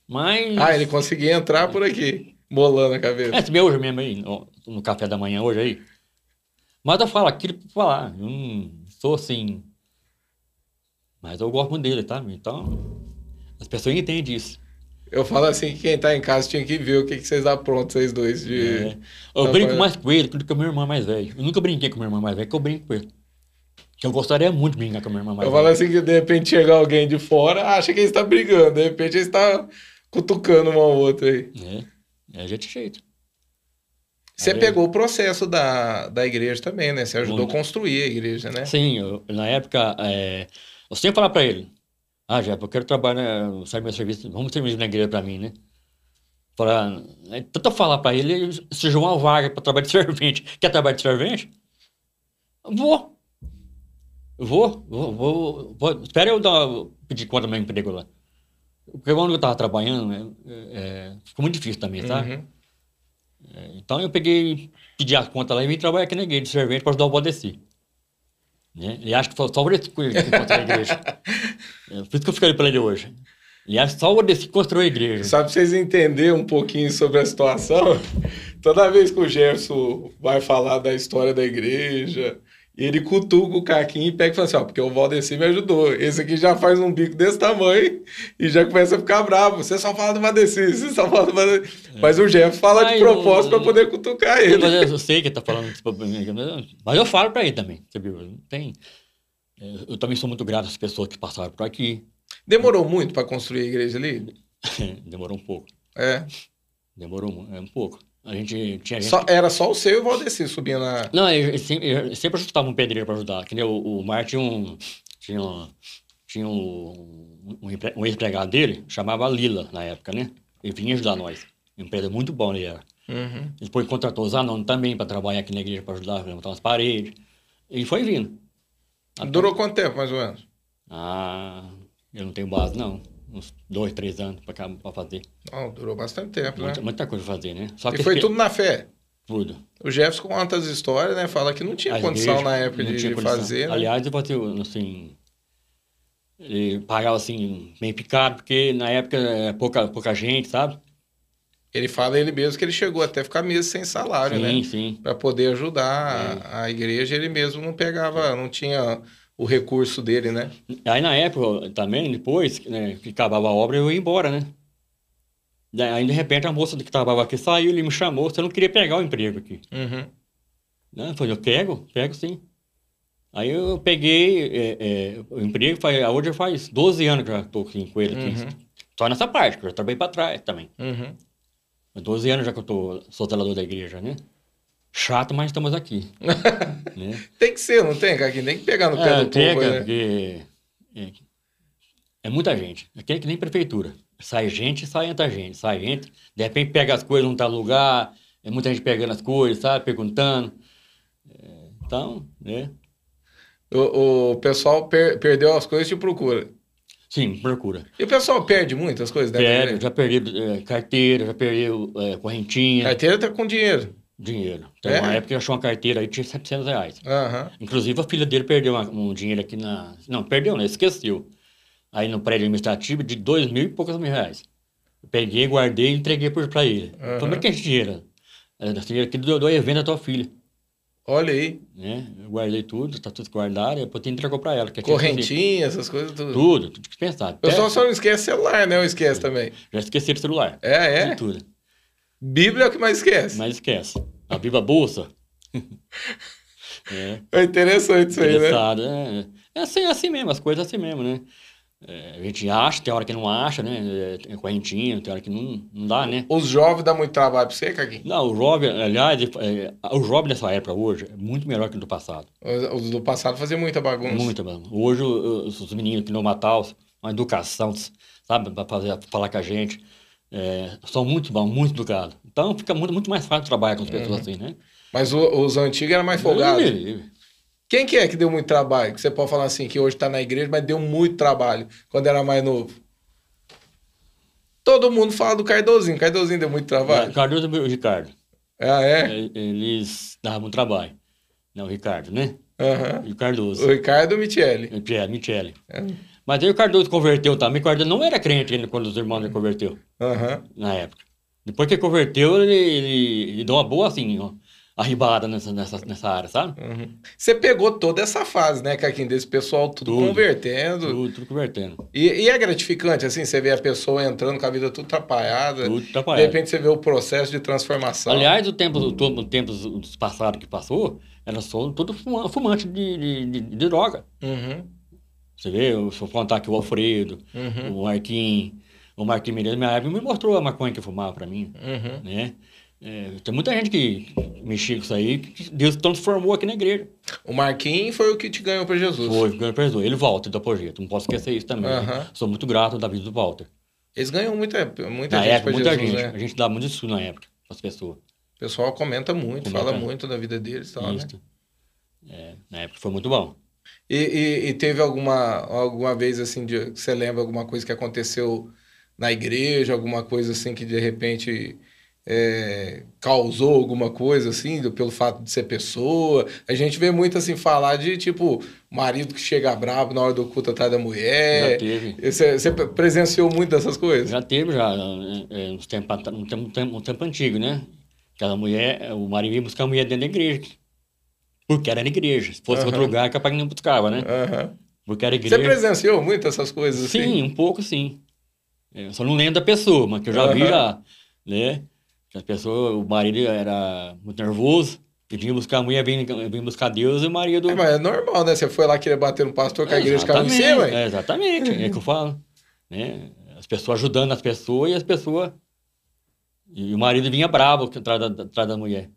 Mas... Ah, ele conseguia entrar por aqui, bolando a cabeça. É, se bem hoje mesmo aí, no, no café da manhã hoje aí. Mas eu falo aquilo pra falar. Eu não sou assim... Mas eu gosto muito dele, tá? Então, as pessoas entendem isso. Eu falo assim que quem tá em casa tinha que ver o que, que vocês aprontam, vocês dois. De... É. Eu Tá brinco bom. mais com ele do que com a minha irmã mais velha. Eu nunca brinquei com a minha irmã mais velha, que eu brinco com ele. Que eu gostaria muito de brincar com a minha irmã mais Eu falo velha. assim que de repente chega alguém de fora, acha que eles estão brigando, de repente eles estão cutucando um ao outro aí. É, é gente jeito. Você Aí- pegou o processo da, da igreja também, né? Você ajudou É. Muito. a construir a igreja, né? Sim, eu- na época, é, eu sempre falava pra ele, ah, Jeff, eu quero trabalhar, né, sair meu serviço, vamos ter serviço na igreja pra mim, né? Pra, é, tanto eu falar pra ele, ele surgiu uma vaga pra trabalhar de *laughs* servente. Quer trabalhar de servente? Vou. Vou, vou, vou, vou. Espera eu dar, pedir conta do meu emprego lá. Porque quando eu tava trabalhando, né, é, ficou muito difícil também, sabe? Uhum. Então eu peguei, pedi as contas lá e vim trabalhar aqui na igreja de servente para ajudar o Valdeci. Né? Ele acha que foi só o Valdeci que construiu a *laughs* igreja. É, por isso que eu falei para ele hoje. Ele acha que só o Valdeci que construiu a igreja. Só pra vocês entenderem um pouquinho sobre a situação, *laughs* toda vez que o Gerson vai falar da história da igreja, ele cutuca o Caquinho e pega e fala assim, ó, porque o Valdeci me ajudou. Esse aqui já faz um bico desse tamanho e já começa a ficar bravo. Você só fala do Valdeci, você só fala do Valdeci. Mas o Gerson fala Ai, de propósito eu- pra poder cutucar Mas ele. eu, eu sei que ele tá falando isso pra mim, mas eu- mas eu falo para ele também, você viu? Não Tem, é, eu também sou muito grato às pessoas que passaram por aqui. *laughs* Demorou muito pra construir a igreja ali? Demorou um pouco, É. demorou mu- é, um pouco. A gente tinha gente Só- era só o seu e o Valdeci subindo na... Não, eu, eu sempre, eu sempre chutava um pedreiro pra ajudar. Que nem o, o Mar tinha um. Tinha, um- tinha um, um, empre- um ex-empregado dele, chamava Lila na época, né? Ele vinha ajudar nós. Empresa é muito bom ele era. Uhum. Ele Depois contratou os anônimos também para trabalhar aqui na igreja para ajudar, pra levantar umas paredes. E foi vindo. Até- Durou quanto tempo, mais ou menos? Ah, eu não tenho base, não. Uns dois, três anos pra, cá, pra fazer. Não, durou bastante tempo, né? Muita, muita coisa pra fazer, né? Só E foi esse- tudo na fé? tudo. O Jefferson conta as histórias, né? Fala que não tinha Às condição vezes, na época não de tinha condição. fazer. né? Aliás, eu bati, assim. Ele pagava assim, bem picado, porque na época é pouca, pouca gente, sabe? Ele fala ele mesmo que ele chegou até ficar meses sem salário, sim, né? sim. Pra poder ajudar a, a igreja, ele mesmo não pegava, não tinha o recurso dele, né? Aí na época também, depois né, que acabava a obra, eu ia embora, né? Daí, aí de repente a moça que trabalhava aqui saiu, ele me chamou, você não queria pegar o emprego aqui. Uhum. Né? Eu falei, eu pego, pego sim. Aí eu peguei é, é, o emprego, faz, hoje faz 12 anos que eu já tô assim, com ele aqui. Uhum. Só nessa parte, que eu já trabalhei pra trás também. Uhum. Há 12 anos já que eu tô, sou zelador da igreja, né? Chato, mas *laughs* estamos aqui. né? Tem que ser, não tem, Caquinho? Tem que pegar no pé É, do tem, povo, cara, né? porque é, é muita gente. Aqui é que nem prefeitura. Sai gente, sai entra gente, sai gente. De repente pega as coisas, não tá no lugar. É muita gente pegando as coisas, sabe? Perguntando. É, então, né? O, o pessoal per- perdeu as coisas e te procura. Sim, procura. E o pessoal perde muito as coisas, né? Perde, já perdi é, carteira, já perdi é, correntinha, Carteira tá com dinheiro. dinheiro. Então, É? na época, eu achei uma carteira aí, tinha 700 reais. Aham. Inclusive, a filha dele perdeu uma- um dinheiro aqui na. Não, perdeu, não, esqueceu. Aí no prédio administrativo de dois mil e poucos mil reais. Eu peguei, guardei e entreguei por- pra ele. Aham. Como é que é esse dinheiro? É, esse dinheiro aqui do, do evento da tua filha. Olha aí. Né? Eu guardei tudo, tá tudo guardado, e depois tu entregou pra ela. que aqui é Correntinha, essas coisas, esquecido. tudo. Tudo, é. tudo dispensado. O pessoal só não esquece celular, né? Eu esqueço também. Já esqueci do celular. É, é. De tudo. Bíblia é o que mais esquece. Mas esquece. A Biba Bolsa. é. É interessante isso aí, né? Interessado, é. É assim, é assim mesmo, as coisas é assim mesmo, né? É, a gente acha, tem hora que não acha, né? É, Tem correntinha, tem hora que não, não dá, né? Os jovens dão muito trabalho pra você, Caguinho? Não, o jovem, aliás, é, o jovem dessa época hoje é muito melhor que o do passado. Os, os do passado faziam muita bagunça. Muito mesmo. Hoje o- os os meninos que não matam, uma educação, sabe, pra fazer, pra falar com a gente. é, são muito bons, muito educados. Então fica muito, muito mais fácil trabalhar com as pessoas assim, né? Mas o- os antigos eram mais folgados. Deus me livre. Quem que é que deu muito trabalho? Que você pode falar assim, que hoje tá na igreja, mas deu muito trabalho quando era mais novo. Todo mundo fala do Cardozinho. Cardozinho deu muito trabalho. Cardoso e o Ricardo. Ah, é? Eh, Eles davam trabalho. Não, o Ricardo, né? Aham. E o O Cardoso. Ricardo Michele. E Pierre, Michele. É. Mas aí o Cardoso converteu também. O Cardoso não era crente ainda quando os irmãos dele converteu. Aham. na época. Depois que ele converteu, ele, ele, ele deu uma boa, assim, ó, arribada nessa, nessa, nessa área, sabe? Uhum. Você pegou toda essa fase, né, Caquinho? Desse pessoal tudo, Tudo. convertendo. Tudo, tudo convertendo. E, e é gratificante, assim, você vê a pessoa entrando com a vida tudo atrapalhada. Tudo tá De atrapalhado. repente você vê o processo de transformação. Aliás, o tempo, o tempo, o tempo dos passados que passou, era só todo fuma- fumante de, de, de, de droga. Uhum, Você vê, eu vou contar aqui o Alfredo, uhum, o Marquinhos, o Marquinhos Mineiro, minha época, me mostrou a maconha que eu fumava pra mim, uhum. né? É, tem muita gente que mexia com isso aí, que Deus transformou aqui na igreja. O Marquinhos foi o que te ganhou pra Jesus. Foi, ganhou, perdoou. Ele volta do projeto, não posso esquecer isso também. né? Aham. Sou muito grato da vida do Walter. Eles ganham muita, muita na gente época, pra muita Jesus, gente. né? A gente dá muito isso na época, as pessoas. O pessoal comenta muito, Comenta. fala muito da vida deles e tal, né? Isso. É, na época foi muito bom. E, e- e teve alguma, alguma vez, assim, de, que você lembra alguma coisa que aconteceu na igreja, alguma coisa assim que de repente... é, causou alguma coisa assim, do- pelo fato de ser pessoa. A gente vê muito assim falar de tipo, marido que chega bravo na hora do culto atrás da mulher. já teve. Você, você presenciou muito dessas coisas? Já teve, já. É, é, uns tempo, atra- um, tempo, um, tempo, um tempo antigo, né? Aquela mulher, é, o marido ia buscar a mulher dentro da igreja. Porque era na igreja. Se fosse Aham. outro lugar, capaz que não buscava, né? Aham. Porque era Você igreja. presenciou muito essas coisas sim, assim? um pouco sim. É, Eu só não lembro da pessoa, mas que eu já vi Aham. já, né? Que a pessoa, o marido era muito nervoso, pedia buscar a mulher, vinha, vinha buscar Deus e o marido... É, mas é normal, né? Você foi lá querer bater no pastor com a igreja caiu em Exatamente, cima, ué. é, Exatamente, é que eu falo. Né? As pessoas ajudando as pessoas e as pessoas. E o marido vinha bravo que- atrás da, atrás da mulher.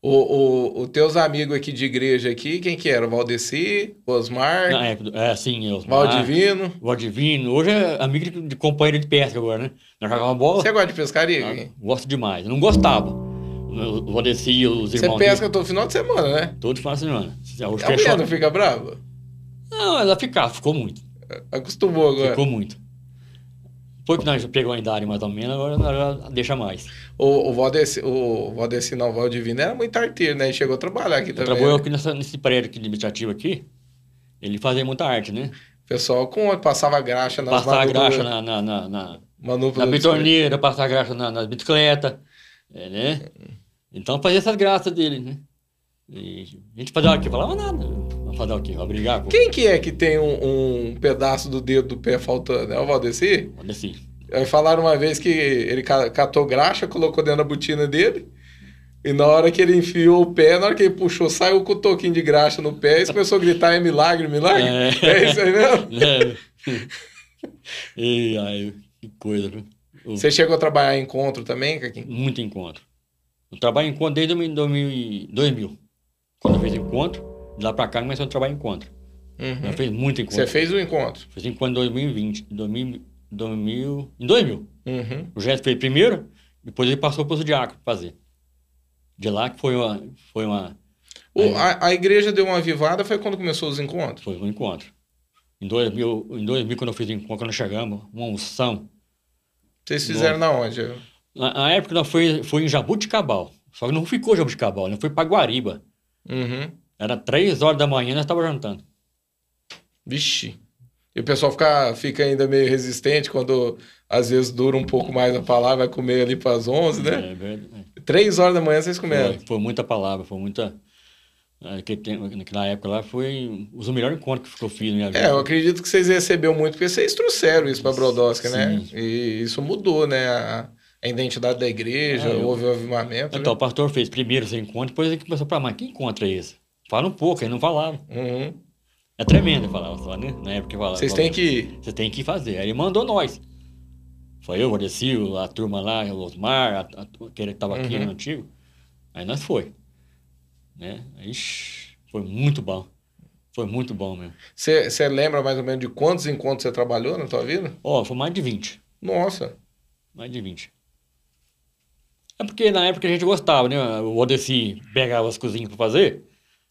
O, o, os teus amigos aqui de igreja aqui, quem que era? O Valdeci, o Osmar, Na época, do- é assim, eu. o Valdivino. Valdivino. Hoje é amigo de, de companheiro de pesca agora, né? Nós jogávamos bola. Você gosta de pescaria? Ah, Gui? Gosto demais. Eu não gostava. Eu eu odecia os Você irmãos dele pesca É todo final de semana, né? todo final de semana. Hoje A mulher fechou- não fica brava? um Não, ela ficava, ficou muito. Acostumou agora. Ficou muito. Depois que nós pegamos a idade mais ou menos, agora nós já deixa mais. O, o Valdeci, o Valdeci não, o Valdivino era muito arteiro, né? Ele chegou a trabalhar aqui Eu também. trabalho né? aqui é nessa- nesse prédio aqui, administrativo aqui. Ele fazia muita arte, né? O pessoal com, passava graxa nas passar a manúpulas- graxa na, na, na, na, manúpulas na de- bitoneira, passar a graxa na, na bicicleta, é, né? Então fazia essas graças dele, né? E a gente fazia o quê? Falava nada. Fazer o quê? Vai brigar com Quem que é que tem um, um pedaço do dedo do pé faltando? É o Valdeci? Olha assim. Aí falaram uma vez que ele ca- catou graxa, colocou dentro da botina dele. E na hora que ele enfiou o pé, na hora que ele puxou, saiu com o toquinho de graxa no pé e começou a gritar: é milagre, milagre. É, É. isso aí mesmo? né? *laughs* Ei, ai, É. que coisa, viu? Eu- Você chegou a trabalhar em encontro também, Caquinho? Muito encontro. Eu trabalho em encontro desde 2000, e- 2000. Quando eu fiz encontro, de lá pra cá começou a trabalhar em encontro. Uhum. Eu fiz muito encontro. Você fez o encontro. Fiz encontro em 2020. 2000, 2000, em 2000. Uhum. O Jéssica fez primeiro, depois ele passou para o Diácono fazer. De lá que foi uma, foi uma, O- Aí. a, a igreja deu uma avivada, foi quando começou os encontros? foi um encontro. Em 2000, em 2000 quando eu fiz o encontro, quando nós chegamos, uma unção. Vocês fizeram na onde? Na, na época nós foi, foi em Jabuticabal. Só que não ficou Jabuticabal, nós foi para Guariba. Uhum. Era três horas da manhã, nós estávamos jantando. Vixe. E o pessoal fica, fica ainda meio resistente quando às vezes dura um pouco mais a palavra, vai comer ali para as 11, né? É verdade. Três horas da manhã vocês comeram. Foi, foi muita palavra, foi muita. Naquele tempo- naquela época lá foi os melhores encontros que eu fiz na minha vida. É, eu acredito que vocês receberam muito porque vocês trouxeram isso para Brodowski, né? Sim. E isso mudou, né? A, a identidade da igreja, Ah, eu- houve o avivamento. né? Então, o pastor fez primeiro os encontros, depois ele começou a falar, mas que encontro é esse? Fala um pouco, ele não falava. né? Uhum. É tremendo, ele falava só, né? Na época que falava. Vocês têm que ir. Você tem que fazer. Aí ele mandou nós. Foi eu, o Valdecil, a turma lá, o Osmar, a, a, aquele que tava aqui Uhum. no antigo. Aí nós foi. Né? Aí, shh, foi muito bom. Foi muito bom mesmo. Você você lembra mais ou menos de quantos encontros você trabalhou na tua vida? Ó, foi mais de 20. Nossa. Mais de 20. É porque na época a gente gostava, né? O Odessi pegava as cozinhas pra fazer.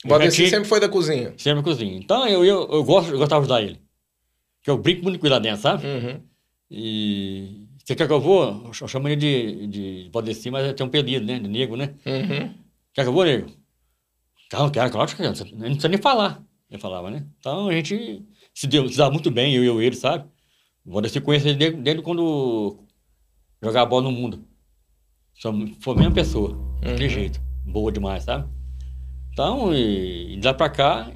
O Eu já Valdeci tinha- sempre foi da cozinha. Sempre cozinha. Então eu, eu, eu, gosto, eu gostava de ajudar ele. Porque eu brinco muito com ele lá dentro, sabe? Uhum. E Você quer que eu vou? Eu ch- chamo ele de, de Valdeci, mas tem um apelido, né? De nego, né? Uhum. Quer que eu vou, nego? Claro, quero, claro que quero. Você- Não precisa nem falar. Ele falava, né? Então a gente se deu, se dava muito bem, eu e eu, e ele, sabe? O Valdeci conhece ele desde desde quando jogava bola no mundo. Somos- Foi a mesma pessoa, daquele Uhum. jeito. Boa demais, sabe? Então, e, e de lá pra cá,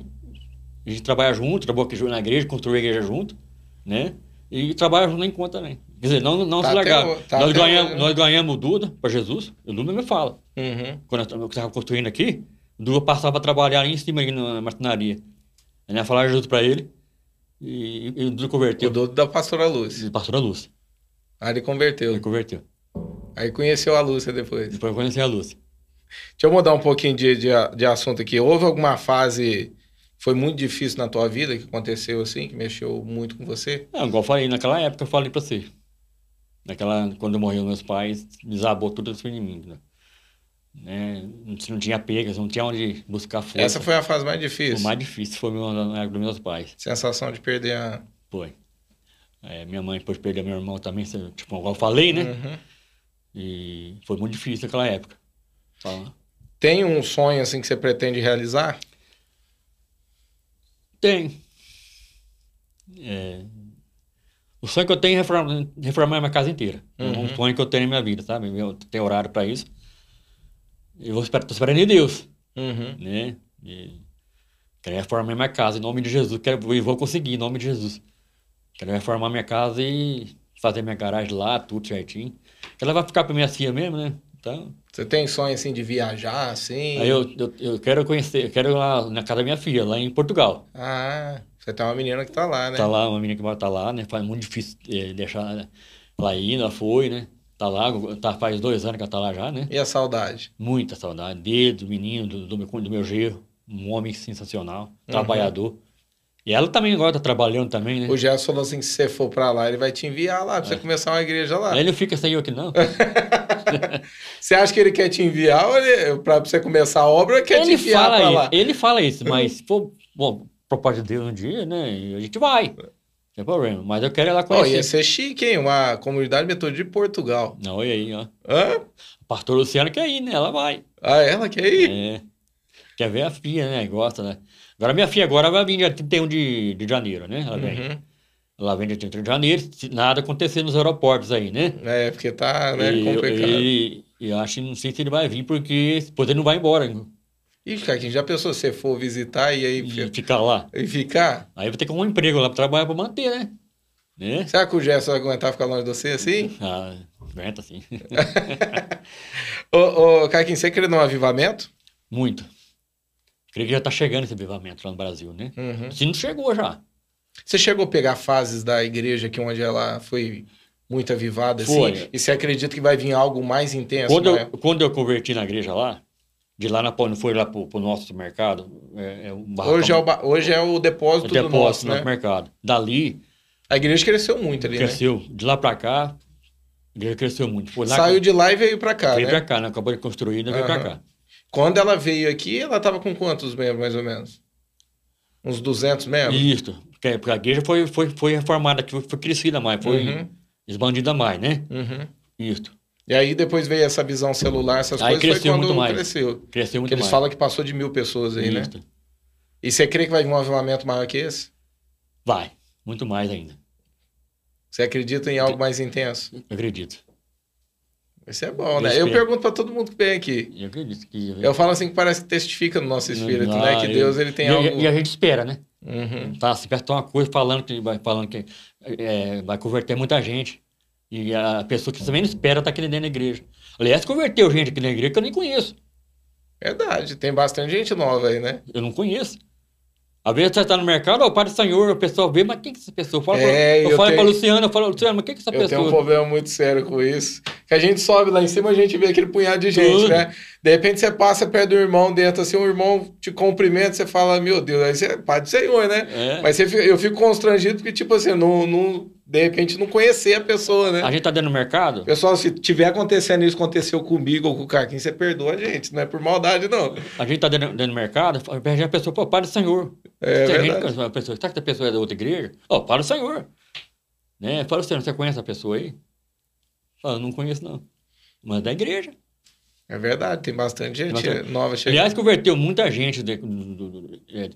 a gente trabalha junto, trabalhou aqui na igreja, construiu a igreja junto, né? E trabalha junto em conta também. Quer dizer, não, não Tá se até largar. o- tá nós, até ganhamos, hoje, né? nós ganhamos o Duda pra Jesus, o Duda me fala Uhum. quando eu estava construindo aqui, o Duda passava a trabalhar ali em cima ali na, na marcenaria. Aí nós falava junto pra ele e, e o Duda O converteu. dono da pastora Lúcia. Ele passou na luz. Aí ele Ele converteu. converteu. Aí conheceu a Lúcia depois. Depois eu conheci a luz. Deixa eu mudar um pouquinho de, de, de assunto aqui. Houve alguma fase que foi muito difícil na tua vida, que aconteceu assim, que mexeu muito com você? Não, Ah, igual eu falei, naquela época eu falei pra você. Naquela, quando morreu meus pais, desabou tudo isso em mim. Né? Né? Você não tinha pega, você não tinha onde buscar força. Essa foi a fase mais o difícil. mais difícil foi meu, na época dos meus pais. Sensação de perder a. Foi. É, minha mãe depois perdeu meu irmão também, você- tipo, igual eu falei, né? Uhum. E foi muito difícil naquela época. Fala. Tem um sonho assim que você pretende realizar? Tem. É, O sonho que eu tenho é reformar, reformar minha casa inteira. É um Uhum. sonho que eu tenho na minha vida, sabe? Eu tenho horário para isso. Eu vou esperar, tô esperando em Deus, Uhum. né? E quero reformar minha casa em nome de Jesus. Quero, e vou conseguir em nome de Jesus. Quero reformar minha casa e fazer minha garagem lá, tudo certinho. Ela vai ficar para minha filha mesmo, né? Então, Você tem sonho assim de viajar, assim? aí eu, eu, eu quero conhecer, eu quero ir lá na casa da minha filha, lá em Portugal. Ah, você tem uma menina que tá lá, né? Tá lá, uma menina que mora tá lá, né? Faz muito difícil eh, deixar ela ir, ela foi, né? Tá lá, tá, faz dois anos que ela tá lá já, né? E a saudade? Muita saudade dele, do menino, do, do meu, do meu genro. Um homem sensacional, Uhum. trabalhador. E ela também agora tá trabalhando também, né? O Gerson falou assim: que se você for pra lá, ele vai te enviar lá, pra você começar uma igreja lá. É. Ele não fica sem eu aqui, não. Você acha que ele quer te enviar ou ele, pra você começar a obra, ele quer te ele, enviar pra fala lá? isso, ele fala isso, mas se for bom, propósito de Deus um dia, né? e A gente vai. Não tem problema. Mas eu quero ela Pô, ia conhecer. ser chique, hein? Uma comunidade metodista de Portugal. Não, olha aí, ó. Hã? O pastor Luciano quer ir, né? Ela vai. Ah, ela quer ir? É. Quer ver a filha, né? Gosta, né? Agora, minha filha agora vai vir dia 31 de, de janeiro, né? Ela vem. Uhum. Ela vem dia 31 de janeiro, se nada acontecer nos aeroportos aí, né? É, porque tá né, e, eu, complicado. e, e eu acho que não sei se ele vai vir, porque depois ele não vai embora né? Ih, Caquinho, já pensou se você for visitar e aí e fi- ficar lá. e ficar? Aí eu vou ter que arrumar um emprego lá pra trabalhar pra manter, né? Né? Será que o Gerson vai aguentar ficar longe de você assim? Ah, aguenta assim. Ô, ô Caquinho, você queria um avivamento? Muito. Creio que já tá chegando esse avivamento lá no Brasil, né? Uhum. Se não chegou já. Você chegou a pegar fases da igreja aqui onde ela foi muito avivada, assim? Foi. E você acredita que vai vir algo mais intenso? Quando né? eu, quando eu converti na igreja lá, de lá na não foi lá pro, pro nosso mercado, é, é um barracão, Hoje, é o, ba- hoje é o é depósito, depósito do nosso, né? mercado. Dali A igreja cresceu muito ali, né? cresceu, de lá pra cá, a igreja cresceu muito. Foi lá Saiu que de lá e veio pra cá, veio né? pra cá, né? acabou de construir, né? veio pra Aham. cá. Quando ela veio aqui, ela tava com quantos membros, mais ou menos? Uns 200 membros? Isso, porque a- porque a igreja foi, foi, foi reformada, foi, foi crescida mais, foi Uhum, expandida mais, né? uhum. Isso, E aí depois veio essa visão celular, essas Aí coisas, foi cresceu quando muito mais. cresceu. cresceu muito Porque eles mais. falam que passou de mil pessoas aí, né? Isso. E você crê que vai vir um avivamento maior que esse? Vai, muito mais ainda, Você acredita em algo mais intenso? eu acredito. Isso é bom, né? Eu Eu espero. pergunto pra todo mundo que vem aqui. Eu acredito que... Eu falo assim que parece que testifica no nosso espírito, né? Ah, Que eu- Deus, ele tem e, algo... E a gente espera, né? Uhum. Tá, se apertar uma coisa falando que vai, falando que é, vai converter muita gente. E a pessoa que também não espera tá aqui dentro da igreja. Aliás, converteu gente aqui na igreja que eu nem conheço. Verdade, tem bastante gente nova aí, né? Eu não conheço. Às vezes você tá no mercado, ó, Pai do Senhor, o pessoal vê, mas quem que é essa pessoa? Fala pra- É, eu, eu falo pra tenho- Luciana, eu falo, Luciana, mas quem que é essa Eu tenho um pessoa? problema muito sério com isso. Que a gente sobe lá em cima, a gente vê aquele punhado de gente, Tudo. né? De repente você passa perto do irmão dentro, assim, o irmão te cumprimenta, você fala, meu Deus, aí você é pai do Senhor, né? É. Mas você fica- eu fico constrangido porque, tipo assim, não, não, de repente não conhecer a pessoa, né? A gente tá dentro do mercado, Pessoal, se tiver acontecendo isso, aconteceu comigo ou com o Caquinho, você perdoa a gente, não é por maldade, não. a gente tá dentro, dentro do mercado, fala- perde a pessoa, pô, Pai do Senhor. É Tem gente verdade. que- a pessoa, será que essa pessoa é da outra igreja? Ó, para o Senhor. Né? Fala o Senhor, você conhece a pessoa aí? Fala, não conheço não. Mas da igreja. É verdade, tem bastante gente Bastante. nova chegando. Aliás, converteu muita gente de, do- do- do- é,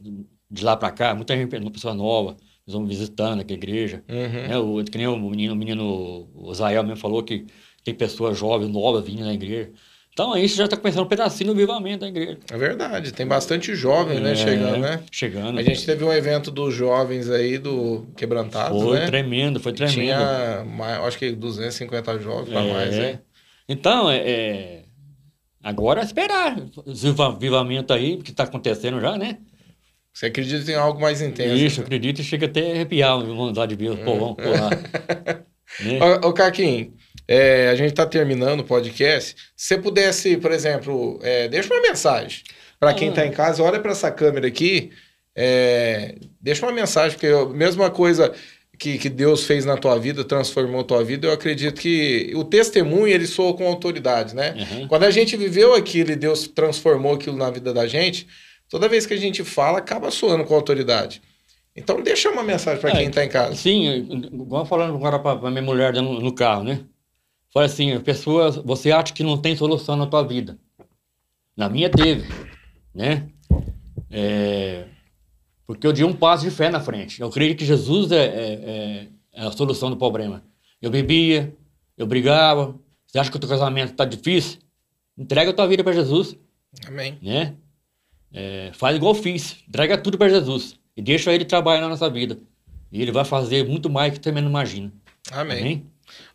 de lá pra cá, muita gente, uma pessoa nova, nós vamos visitando aqui a igreja. Uhum. Né? O, que nem o menino, o menino Osael mesmo falou que tem pessoas jovens, novas vindo na igreja. Então aí você já está começando um pedacinho do vivamento da igreja. É verdade, tem bastante jovem, né, É, chegando, né? Chegando. A gente teve um evento dos jovens aí do Quebrantados, foi né? tremendo, foi tremendo. Tinha, mais- acho que 250 jovens pra É. mais, né? Então, é, é, agora é esperar esse viva- vivamento aí, que está acontecendo já, né? Você acredita em algo mais intenso? Isso, acredito, chega até a arrepiar, vontade de ver os povão pular. né? Ô, ô Caquinho, é, a gente tá terminando o podcast. Se você pudesse, por exemplo, é, deixa uma mensagem. Para quem Ah. tá em casa, olha para essa câmera aqui. é, deixa uma mensagem, porque a mesma coisa que, que Deus fez na tua vida, transformou tua vida, eu acredito que o testemunho, ele soa com autoridade, né? Aham. Quando a gente viveu aquilo e Deus transformou aquilo na vida da gente, toda vez que a gente fala, acaba soando com autoridade. Então, deixa uma mensagem para É, quem tá em casa. Sim, igual falando agora para minha mulher no, no carro, né? Fala assim, as pessoas, você acha que não tem solução na tua vida. Na minha teve, né? É, porque eu dei um passo de fé na frente. Eu creio que Jesus é, é- é a solução do problema. Eu bebia, eu brigava. Você acha que o teu casamento está difícil? Entrega a tua vida para Jesus, Amém. né? É, faz igual eu fiz, entrega tudo para Jesus e deixa ele trabalhar na nossa vida. E ele vai fazer muito mais que você mesmo imagina. Amém. Amém?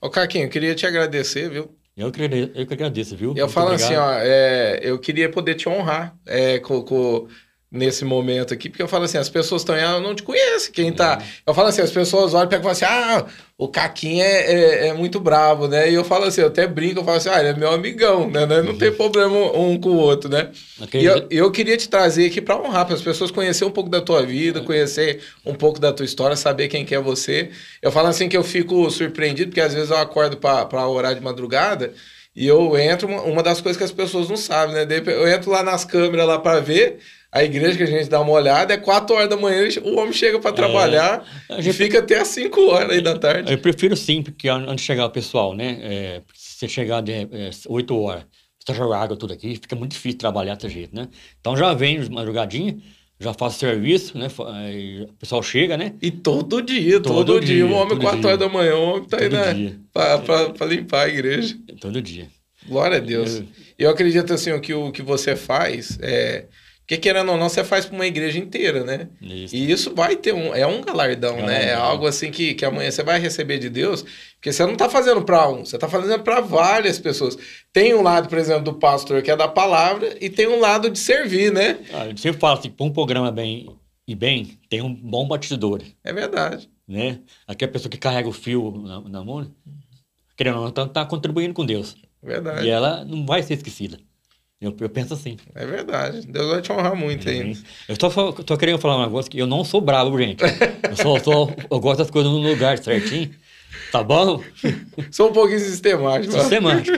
Ô, Caquinho, eu queria te agradecer, viu? Eu que, agrade- eu que agradeço, viu? Eu Muito falo obrigado. assim, ó, é, eu queria poder te honrar é, co- co- nesse momento aqui, porque eu falo assim, as pessoas estão, eu não te conhecem, quem tá... Eu falo assim, as pessoas olham e pegam e falam assim, ah, o Caquinho é, é- é muito bravo, né? E eu falo assim, eu até brinco, eu falo assim, ah, ele é meu amigão, né? Não tem problema um com o outro, né? Aquele- E eu, eu queria te trazer aqui para honrar, para as pessoas conhecer um pouco da tua Uhum. vida, conhecer um pouco da tua história, saber quem que é você. Eu falo assim que eu fico surpreendido, porque às vezes eu acordo para orar de madrugada e eu entro, uma, uma das coisas que as pessoas não sabem, né? De- Eu entro lá nas câmeras lá para ver a igreja que a gente dá uma olhada, é 4 horas da manhã, o homem chega para trabalhar É. A e gente- fica até as 5 horas aí da tarde. Eu prefiro sim, porque an- antes de chegar o pessoal, né? É, se você chegar de, é, 8 horas, você jogar água tudo aqui, fica muito difícil trabalhar desse jeito, né? Então já vem de madrugadinha, já faço serviço, né? Fa- aí O pessoal chega, né? E todo dia, todo, Todo dia, dia, o homem, todo 4 dia. horas da manhã, o homem tá aí Todo né, dia. para limpar a igreja. Todo dia. Glória a Deus. Eu- Eu acredito assim, o que, o que você faz é. Porque querendo ou não, você faz para uma igreja inteira, né? Isso. E isso vai ter um. É um galardão, né? É Galardão. algo assim que, que amanhã você vai receber de Deus, porque você não tá fazendo para um, você tá fazendo para várias pessoas. Tem um lado, por exemplo, do pastor que é da palavra, e tem um lado de servir, né? Ah, eu sempre falo assim, para um programa bem e bem, tem um bom batidor. É verdade. né? Aquela pessoa que carrega o fio na, na mão, querendo ou não, tá, tá contribuindo com Deus. É verdade. E ela não vai ser esquecida. Eu, eu penso assim. Né? É verdade. Deus vai te honrar muito ainda. Eu tô, fal- tô querendo falar um negócio que eu não sou bravo, gente. Eu, só, só- eu gosto das coisas no lugar certinho. Tá bom? Sou um pouquinho sistemático. ó. Sistemático.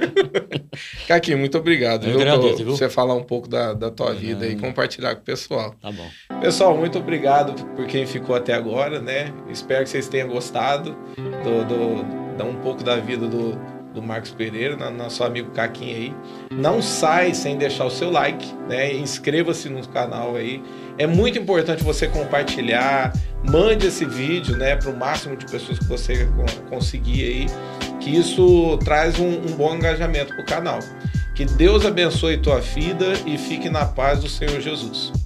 Caqui, muito obrigado. Eu viu, agradeço, por viu? Você falar um pouco da, da tua vida e compartilhar com o pessoal. Tá bom. Pessoal, muito obrigado por quem ficou até agora, né? Espero que vocês tenham gostado do, do- da- um pouco da vida do, do Marcos Pereira, na- nosso amigo Caquinho aí. Não sai sem deixar o seu like, né? Inscreva-se no canal aí. É muito importante você compartilhar, mande esse vídeo, né, para o máximo de pessoas que você con- conseguir aí, que isso traz um, um bom engajamento para o canal. Que Deus abençoe tua vida e fique na paz do Senhor Jesus.